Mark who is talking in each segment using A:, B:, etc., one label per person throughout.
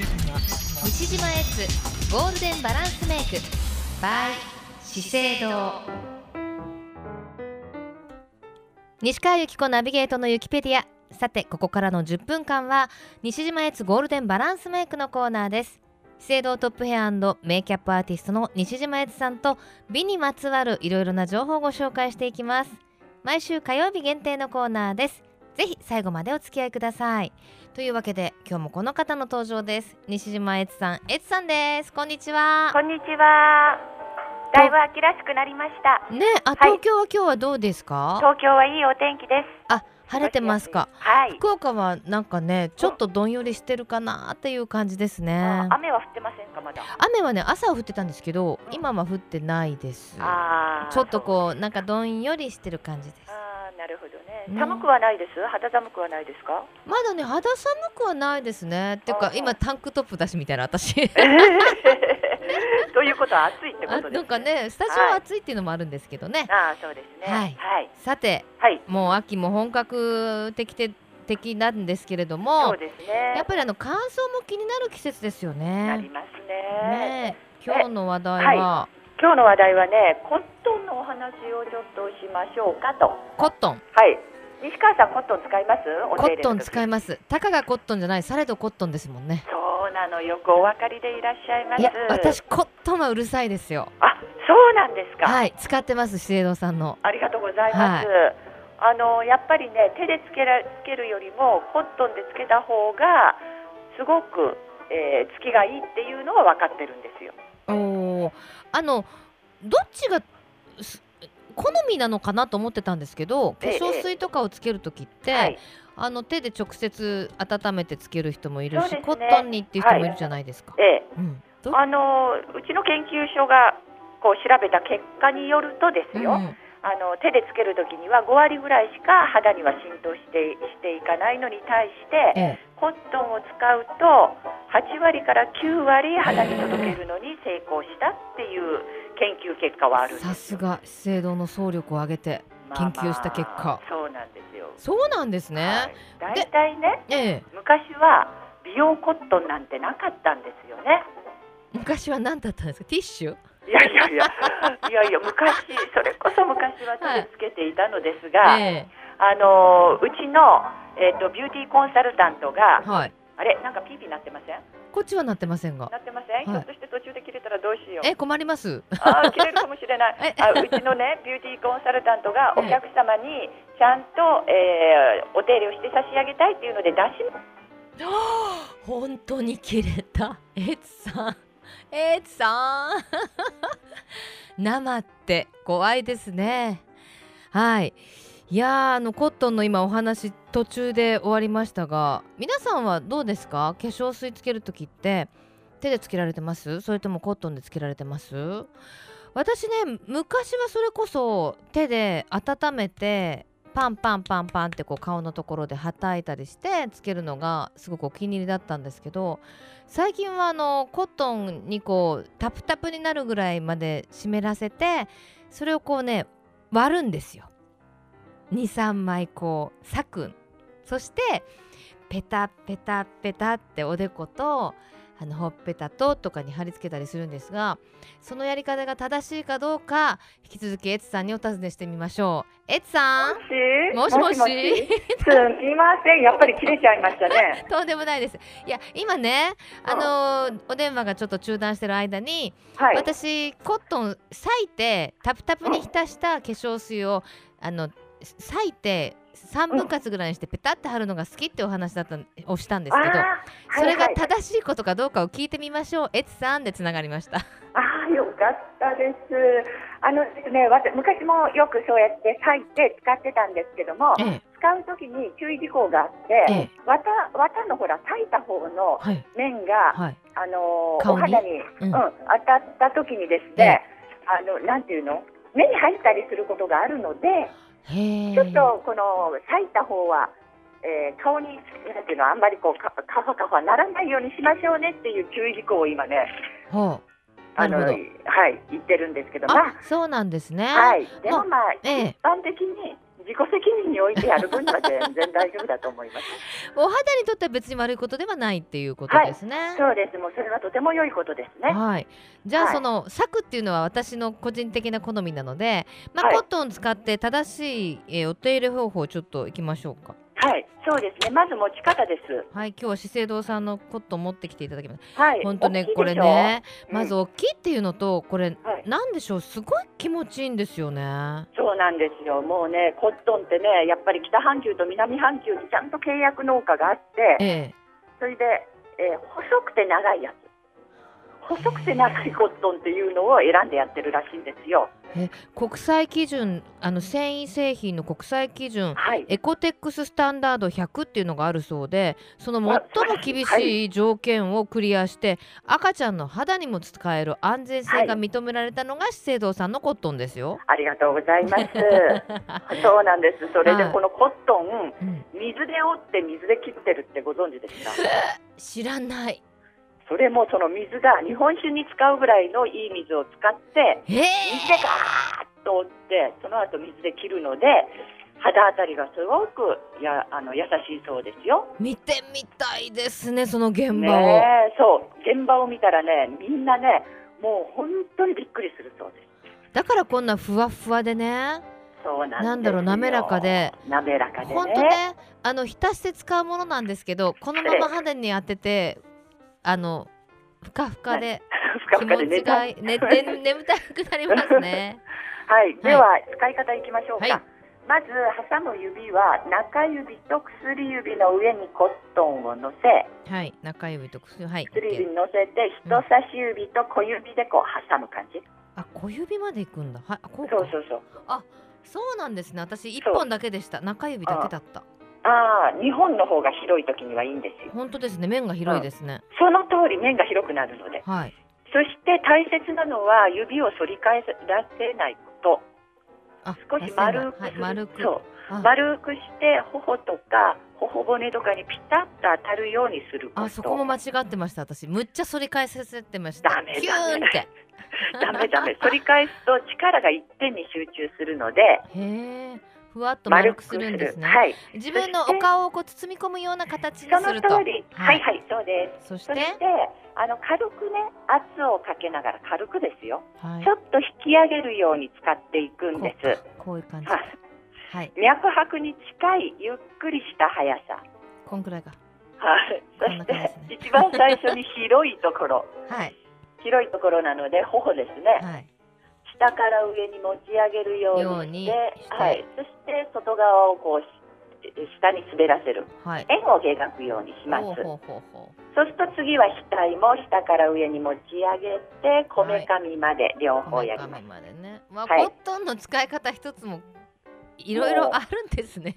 A: 西島エッツゴールデンバランスメイク by 資生堂西川由紀子ナビゲートのユキペディアさてここからの10分間は西島エッツゴールデンバランスメイクのコーナーです資生堂トップヘアメイキャップアーティストの西島エッツさんと美にまつわるいろいろな情報をご紹介していきます毎週火曜日限定のコーナーですぜひ最後までお付き合いくださいというわけで今日もこの方の登場です西島悦さん悦さんですこんにちは
B: こんにちは。だいぶ秋らしくなりました。
A: ねあ
B: い
A: 東京は今日はどうですか、
B: 東京はいいお天気です。
A: あ晴れてますか
B: はい。
A: 福岡はなんかねちょっとどんよりしてるかなっていう感じですね
B: あ雨は降ってませんかまだ。
A: 雨はね朝は降ってたんですけど
B: うん
A: 今は降ってないです
B: あー
A: ちょっとこうなんかどんよりしてる感じです
B: あーなるほどね。
A: ね
B: 寒くはないです。肌寒くはないで すか。
A: まだね肌寒くはないですねっていう
B: あ
A: か
B: ー
A: 今タンクトップ出しみたいな私
B: ということは暑いってこ
A: あ
B: とです、ね。
A: なんか。ねスタジオ暑いっていうのもあるんですけどね
B: ああそうですね。
A: はい
B: はい。
A: さて
B: はい
A: もう秋も本格的て的なんですけれど
B: そ
A: も
B: う、ですね。
A: やっぱりあの乾燥も気になる季節ですよ
B: なり
A: ね。
B: ますね。
A: ねえ今日の話題
B: はい
A: は
B: 今日の話題はね、コットンのお話をちょっとしましょうかと。
A: コットン、
B: はい。西川さんコットン使います？
A: コ
B: お手入
A: ッ
B: れ
A: ト
B: の時
A: ン使います。たかがコットンじゃない、されどコットンですもんね。
B: そうなのよくお分かりでいらっしゃいます。
A: いや、私コットンはうるさいですよ。
B: あ、そうなんですか。
A: はい、使ってます、資生堂さんの。
B: ありがとうございます。あのやっぱりね手でつけらつけるよりもコットンでつけた方がすごく、えー、つきがいいっていうのは分かってるんですよ。
A: おお、あのどっちがす好みなのかなと思ってたんですけど、化
B: ええ
A: 粧水とかをつける時って、
B: はい、
A: あの手で直接温めてつける人もいる
B: そう
A: し、
B: ですね
A: コットンにっていう人もいるじゃないですか。
B: え
A: うん、ど
B: ー、あのうちの研究所がこう調べた結果によるとですよ、
A: うんうん
B: あの手でつける時には5割ぐらいしか肌には浸透してしていかないのに対して、
A: ええ
B: コットンを使うと8割から9割肌に届けるのに成功したっていう研究結果はあるんですよ
A: さすが資生堂の総力を挙げて研究した結果
B: そうなんですよ、
A: そうなんですね、
B: はい、
A: で
B: 大体ね
A: ええ
B: 昔は美容コットンなんてなかったんですよね
A: 昔は何だったんですかティッシュ
B: いやいや いやいやいや昔それこそ昔は手でつけていたのですが、
A: え
B: あのうちの、えっとビューティーコンサルタント
A: え
B: が
A: はい
B: あれなんかピーピーなってません
A: こっちはなってませんが
B: なってません、ひょ
A: はい
B: っとして途中で切れたらどうしよう
A: え困ります
B: あー切れるかもしれない
A: え
B: あうちのねビューティーコンサルタントが
A: え
B: お客様にちゃんと、えーお手入れをして差し上げたいっていうので出しま
A: 本当に切れたエツさんエツさん 生って怖いですねはいいやーあのコットンの今お話途中で終わりましたが皆さんはどうですか化粧水つける時って手でつけられてますそれともコットンでつけられてます私ね昔はそれこそ手で温めてパンパンパンパンってこう顔のところではたいたりしてつけるのがすごくお気に入りだったんですけど最近はあのコットンにこうタプタプになるぐらいまで湿らせてそれをこうね割るんですよ。23枚こう裂くそしてペタペタペタっておでことあのほっぺたととかに貼り付けたりするんですがそのやり方が正しいかどうか引き続きエツさんにお尋ねしてみましょう。エツさん
B: す
A: もしもし
B: もしすみませんやっぱり切れちゃいました ね
A: とんでもないです。いや今ね、あのーお電話がちょっと中断してる間に、
B: はい
A: 私コットン裂いてタプタプに浸した化粧水をあの裂いて3分割ぐらいにしてペタって貼るのが好きってお話だったんをしたんですけど、
B: ー
A: それが
B: はいはい
A: 正しいことかどうかを聞いてみましょう。エツさんでつながりました。
B: あーよかったですあのですねわた昔もよくそうやって裂いて使ってたんですけども
A: え
B: 使う時に注意事項があっ
A: え
B: て綿綿のほら裂いた方の
A: はい
B: 面が
A: はい。
B: あのー
A: 顔
B: お
A: に
B: 肌に、
A: う
B: うんん当たった時にですね、あのなんていうの目に入ったりすることがあるので、
A: へえ。
B: ちょっとこの裂いた方は、えー顔になんていうのあんまりこうかカファカファならないようにしましょうねっていう注意事項を今ね
A: ほう。な
B: あの
A: るほど
B: は。い言ってるんですけどまあ
A: あ、そうなんですね。
B: はいで
A: まあ
B: もまあ、
A: ええ
B: 一般的に自自己責任においてやる分には全然大丈夫だと思います。
A: お肌にとっては別に悪いことではないっていうことですね。
B: そうです。もうそれはとても良いことですね。
A: はい、じゃあ
B: はい
A: その策っていうのは私の個人的な好みなので、まあ、
B: はい
A: コットン使って正しい、えーお手入れ方法をちょっといきましょうか
B: はい、そうですね。まず持ち方です。
A: はい今日は資生堂さんのコットン持ってきていただきまし
B: はい。
A: た本当
B: 大
A: ね
B: きいでしょ
A: これね
B: うん
A: まず大きいっていうのとこれ
B: はい
A: なんでしょうすごい気持ちいいんですよねは
B: そうなんですよ。もうね、コットンってね、やっぱり北半球と南半球にちゃんと契約農家があっ
A: い、
B: て、
A: え
B: それで、えー細くて長いやつ。細くて長いコットンっていうのを選んでやってるらしいんですよ。
A: え国際基準あの繊維製品の国際基準
B: はい。
A: エコテックススタンダード100っていうのがあるそうでその
B: あ
A: 最も厳しい条件をクリアして、赤ちゃんの肌にも使える安全性が認められたのが資生堂さんのコットンですよ。
B: ありがとうございます。 そうなんです。それで
A: はい
B: このコットン、
A: うん
B: 水で折って水で切ってるってご存知ですか
A: 知らない。
B: それもその水が日本酒に使うぐらいのいい水を使って、
A: えー、
B: 水でガーッと折って、その後水で切るので、肌当たりがすごくやあの優しいそうですよ。
A: 見てみたいですねその現
B: ね
A: 場を。
B: え、そう。現場を見たらね、みんなね、もう本当にびっくりするそうです。
A: だからこんなふわっふわでね
B: そうなんですよ
A: なんだろう滑らかで。
B: 滑らかでね。
A: ほんと ねあの浸して使うものなんですけどこのまま肌に当ててあのふかふかで
B: ふか
A: 気
B: ふかで
A: 持
B: 寝
A: ち
B: た
A: が
B: い。
A: 寝 て眠たくなりますね。
B: はい、では、使い方いきましょうか。
A: はい
B: まず挟む指は中指と薬指の上にコットンを乗せ
A: はい、中指と薬はい。
B: 薬
A: OK
B: 指に乗せて人差し指と小指でこう挟む感じ、
A: あ、小指まで行くんだ。はい、あこうか
B: そうそうそう
A: そうなんですね。私一
B: そう
A: 本だけでした。中指だけだった。
B: ああ日本の方が広い時にはいいんですよ
A: 本当ですね。面が広いですね。
B: その通り面が広くなるので
A: はい。
B: そして大切なのは指を反り返らせないこと
A: あ、
B: 少し丸くす
A: は
B: る、
A: い、丸く。
B: そう
A: あ
B: 丸くして頬とか頬骨とかにピタッと当たるようにすること
A: あ、そこも間違ってました。私、むっちゃ反り返させてました。
B: ダメダメ
A: キューンって。
B: ダメダメ。反り返すと力が一点に集中するので、
A: へえ。ふわっと丸くするんですね。
B: はい。
A: 自分のお顔をこう包み込むような形に
B: そ
A: す
B: の
A: ると。
B: 通り。はいはい、そうです。
A: そし
B: そ
A: て、
B: して、あの軽くね、圧をかけながら軽くですよ。
A: はい
B: ちょっと引き上げるように使っていくん
A: こ
B: で
A: う
B: す。
A: かこういう感じ。
B: はい
A: はい。
B: 脈拍に近いゆっくりした速さ。
A: こんくらいが。
B: はい。そ
A: こんな
B: し
A: 感じです
B: て、一番最初に広いところ。
A: はい。
B: 広いところなので、頬ですね。
A: はい。
B: 下から上に持ち上げるようにして
A: ようにして
B: はい、そして外側をこうし下に滑らせる
A: はい。
B: 円を描くようにします
A: ほうほうほうほ
B: そうすると次は額も下から上に持ち上げてこめかみまで両
A: う。
B: 方やります、
A: この紙までね。まあ、
B: はい
A: コットンの使い方一つも。いろいろあるんですね。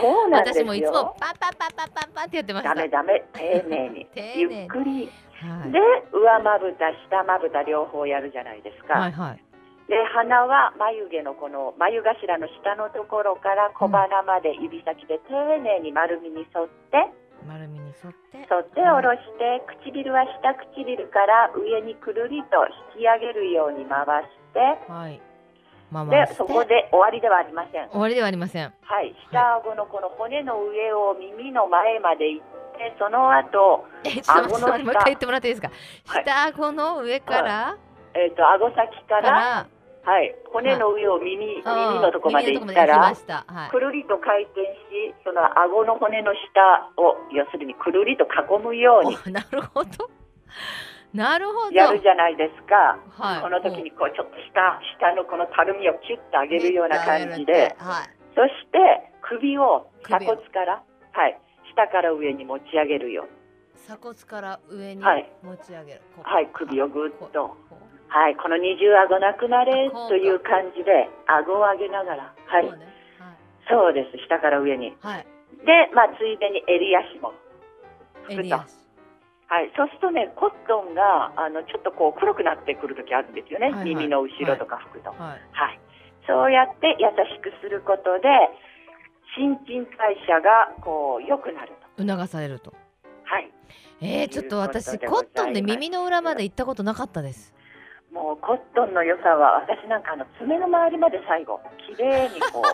B: そうなんです
A: 私
B: よ
A: もいつもパンパンパンパンパンパンってやってました。
B: ダメダメ丁寧に
A: 丁寧
B: ゆ
A: に
B: っくり、
A: はい
B: で。上まぶた下まぶた両方やるじゃないですか、
A: はいはい。
B: で鼻は眉毛のこの眉頭の下のところから小鼻まで指先で丁寧に丸みに沿って、
A: 丸みに沿って。
B: 沿って下ろして、唇は下唇から上にくるりと引き上げるように回して、
A: はい。まあまあ。
B: で、そこで終わりではありません。
A: 終わりではありません。
B: はい、下顎のこの骨の上を耳の前まで行って、その後、
A: え、ちょっと待って、ちょ
B: 顎の
A: っと待ってもう一
B: 下
A: 回言ってもらっていいですか。
B: はい
A: 下顎の上から。
B: えっ、と、顎先か、
A: からら。
B: はい、骨の上を耳、耳
A: うん
B: のとこまで
A: 耳
B: 行
A: の
B: っ
A: と
B: た
A: 行きま
B: ら、
A: した。はい
B: く。るりと回転し、その顎の骨の下を、要するにくるりと囲むように
A: おなるほど。 なるほど。
B: やるじゃないですか。
A: はい。
B: この時にこうちょっと下下のこのたるみをキュッと上げるような感じで、
A: はい。
B: そして首を鎖骨から、はい、下から上に持ち上げるように、
A: 鎖骨から上に
B: はい
A: 持ち上げる。こう
B: はい、首をぐっと、
A: こう
B: はい、この二重顎なくなれ
A: あこうか
B: という感じで顎を上げながら、は
A: こう
B: い、
A: ね
B: そうです下から上に
A: はい。はい。
B: で、まあ、ついでに襟足も、と
A: 襟足。
B: はい、そうするとねコットンがあのちょっとこう黒くなってくる時あるんですよね、
A: はいはい
B: 耳の後ろとか服と。
A: はい。
B: はい、そうやって優しくすることで新陳代謝がこう良くなると。
A: 促されると。
B: はい、
A: えー、ちょっと私
B: という
A: コ
B: こと
A: ッ
B: でござ
A: ト
B: います
A: ンで耳の裏まで行ったことなかったです。
B: もうコットンの良さは私なんかあの爪の周りまで最後綺麗にこう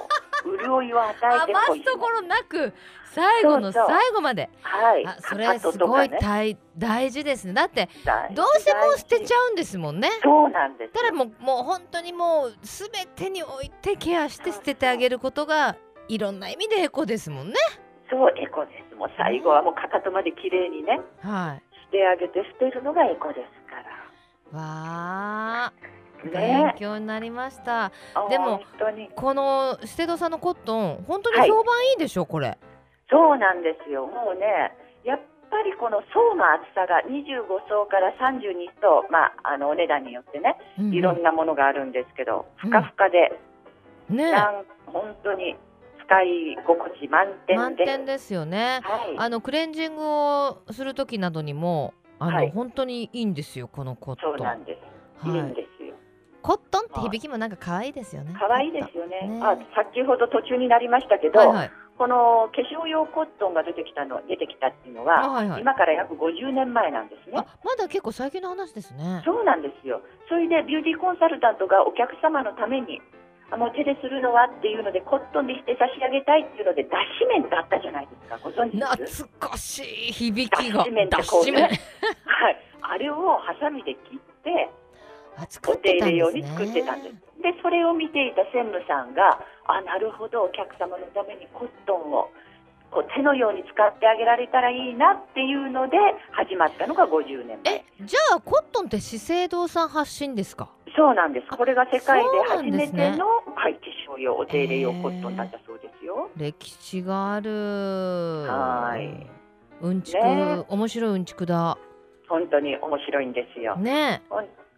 B: 潤いを与えてほ
A: 余
B: しい
A: すところなく最後の
B: そうそう
A: 最後まで
B: はい
A: あそれす
B: と
A: ご
B: か
A: い
B: ね
A: 大大事ですねだって
B: 大
A: どうしても捨てち
B: う
A: ゃうんですもんね
B: そうなんです
A: ただもうもう本当にもう全てにおいてケアして捨ててあげることがいろんな意味でエコですもんね
B: そうエコですもう最後はもうかかとまで綺麗にね
A: はい
B: してあげて捨てるのがエコですから
A: わあ勉
B: ね
A: 強になりました、で
B: で
A: も
B: も本当に
A: このステドさんのコットン本当に
B: はい
A: 評判いいでしょ、これ
B: そうなんですよもうねやっぱりこの層の厚さが25層から32層まああのお値段によってね
A: う
B: いろんなものがあるんですけど、
A: うん
B: ふかふかで、
A: ね
B: なん本当に使い心地満
A: 満
B: 点です。
A: 点ですよね
B: はい、
A: あのクレンジングをする時などにもあの、
B: はい
A: 本当にいいんですよこのコッ
B: そう
A: トン、
B: な
A: は
B: んです。いいん
A: い、
B: ですよ。
A: コットンって響きもなんか可愛いですよね
B: 可愛いですよね。
A: ね
B: あ、先ほど途中になりましたけど、
A: はいはい
B: この化粧用コットンが出てきたの出てきたっていうの
A: あ
B: は、
A: はいはい
B: 今から約50年前なんですね。
A: あまだ結構最近の話ですね
B: そうなんですよ。それでビューティーコンサルタントがお客様のために。あもう手でするのはっていうのでコットンでして差し上げたいっていうので脱脂綿ってあったじゃないですかご存知です
A: 懐かしい響きが
B: 脱脂綿って
A: 脱
B: こう
A: 脂
B: ね
A: 綿
B: はい、あれをハサミで切って
A: あ作
B: お
A: っ
B: 手
A: て
B: 入
A: たん
B: れ
A: で
B: 用
A: す
B: に
A: ね
B: 作ってたんです。でそれを見ていた専務さんがあなるほどお客様のためにコットンをこう手のように使ってあげられたらいいなっていうので始まったのが50年前
A: えじゃあコットンって資生堂さん発信ですか
B: そうなんですこれが世界で
A: そうな
B: 初
A: んで
B: め
A: す
B: て
A: ね
B: の、はい、化粧用お手入れ用コットンだったそうですよ、
A: 歴史がある
B: はい
A: うんちく、
B: ね
A: 面白いうんちくだ
B: 本当に面白いんですよ、
A: ね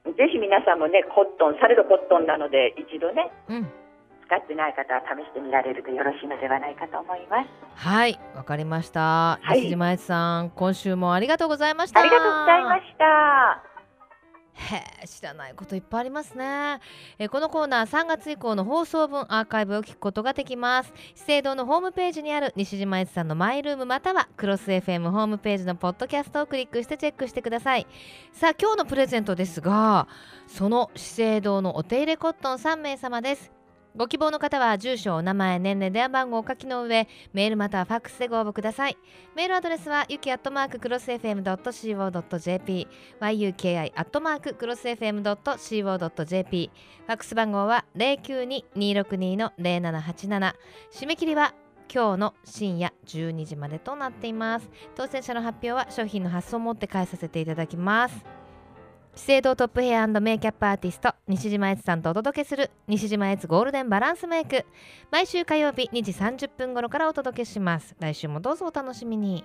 B: ぜひ皆さんもねコットンされどコットンなので一度ね
A: うん
B: 使ってない方は試してみられるとよろしいのではないかと思います。
A: はいわかりました
B: はい
A: 西島愛さん今週もありがとうございました
B: ありがとうございました。
A: へえ知らないこといっぱいありますねえーこのコーナー3月以降の放送分アーカイブを聞くことができます資生堂のホームページにある西島悦さんのマイルームまたはクロス FM ホームページのポッドキャストをクリックしてチェックしてくださいさあ今日のプレゼントですがその資生堂のお手入れコットン3名様ですご希望の方は住所お名前年齢電話番号をお書きの上メールまたはファックスでご応募くださいメールアドレスはゆきアットマーククロス FM.co.jp yuki アットマーククロス fm ドット co ドット jp ファックス番号は零九二二六二の零七八七締め切りは今日の深夜12時までとなっています当選者の発表は商品の発送をもって返させていただきます資生堂トップヘアメイキャップアーティスト西島悦さんとお届けする西島悦ゴールデンバランスメイク毎週火曜日2時30分頃からお届けします来週もどうぞお楽しみに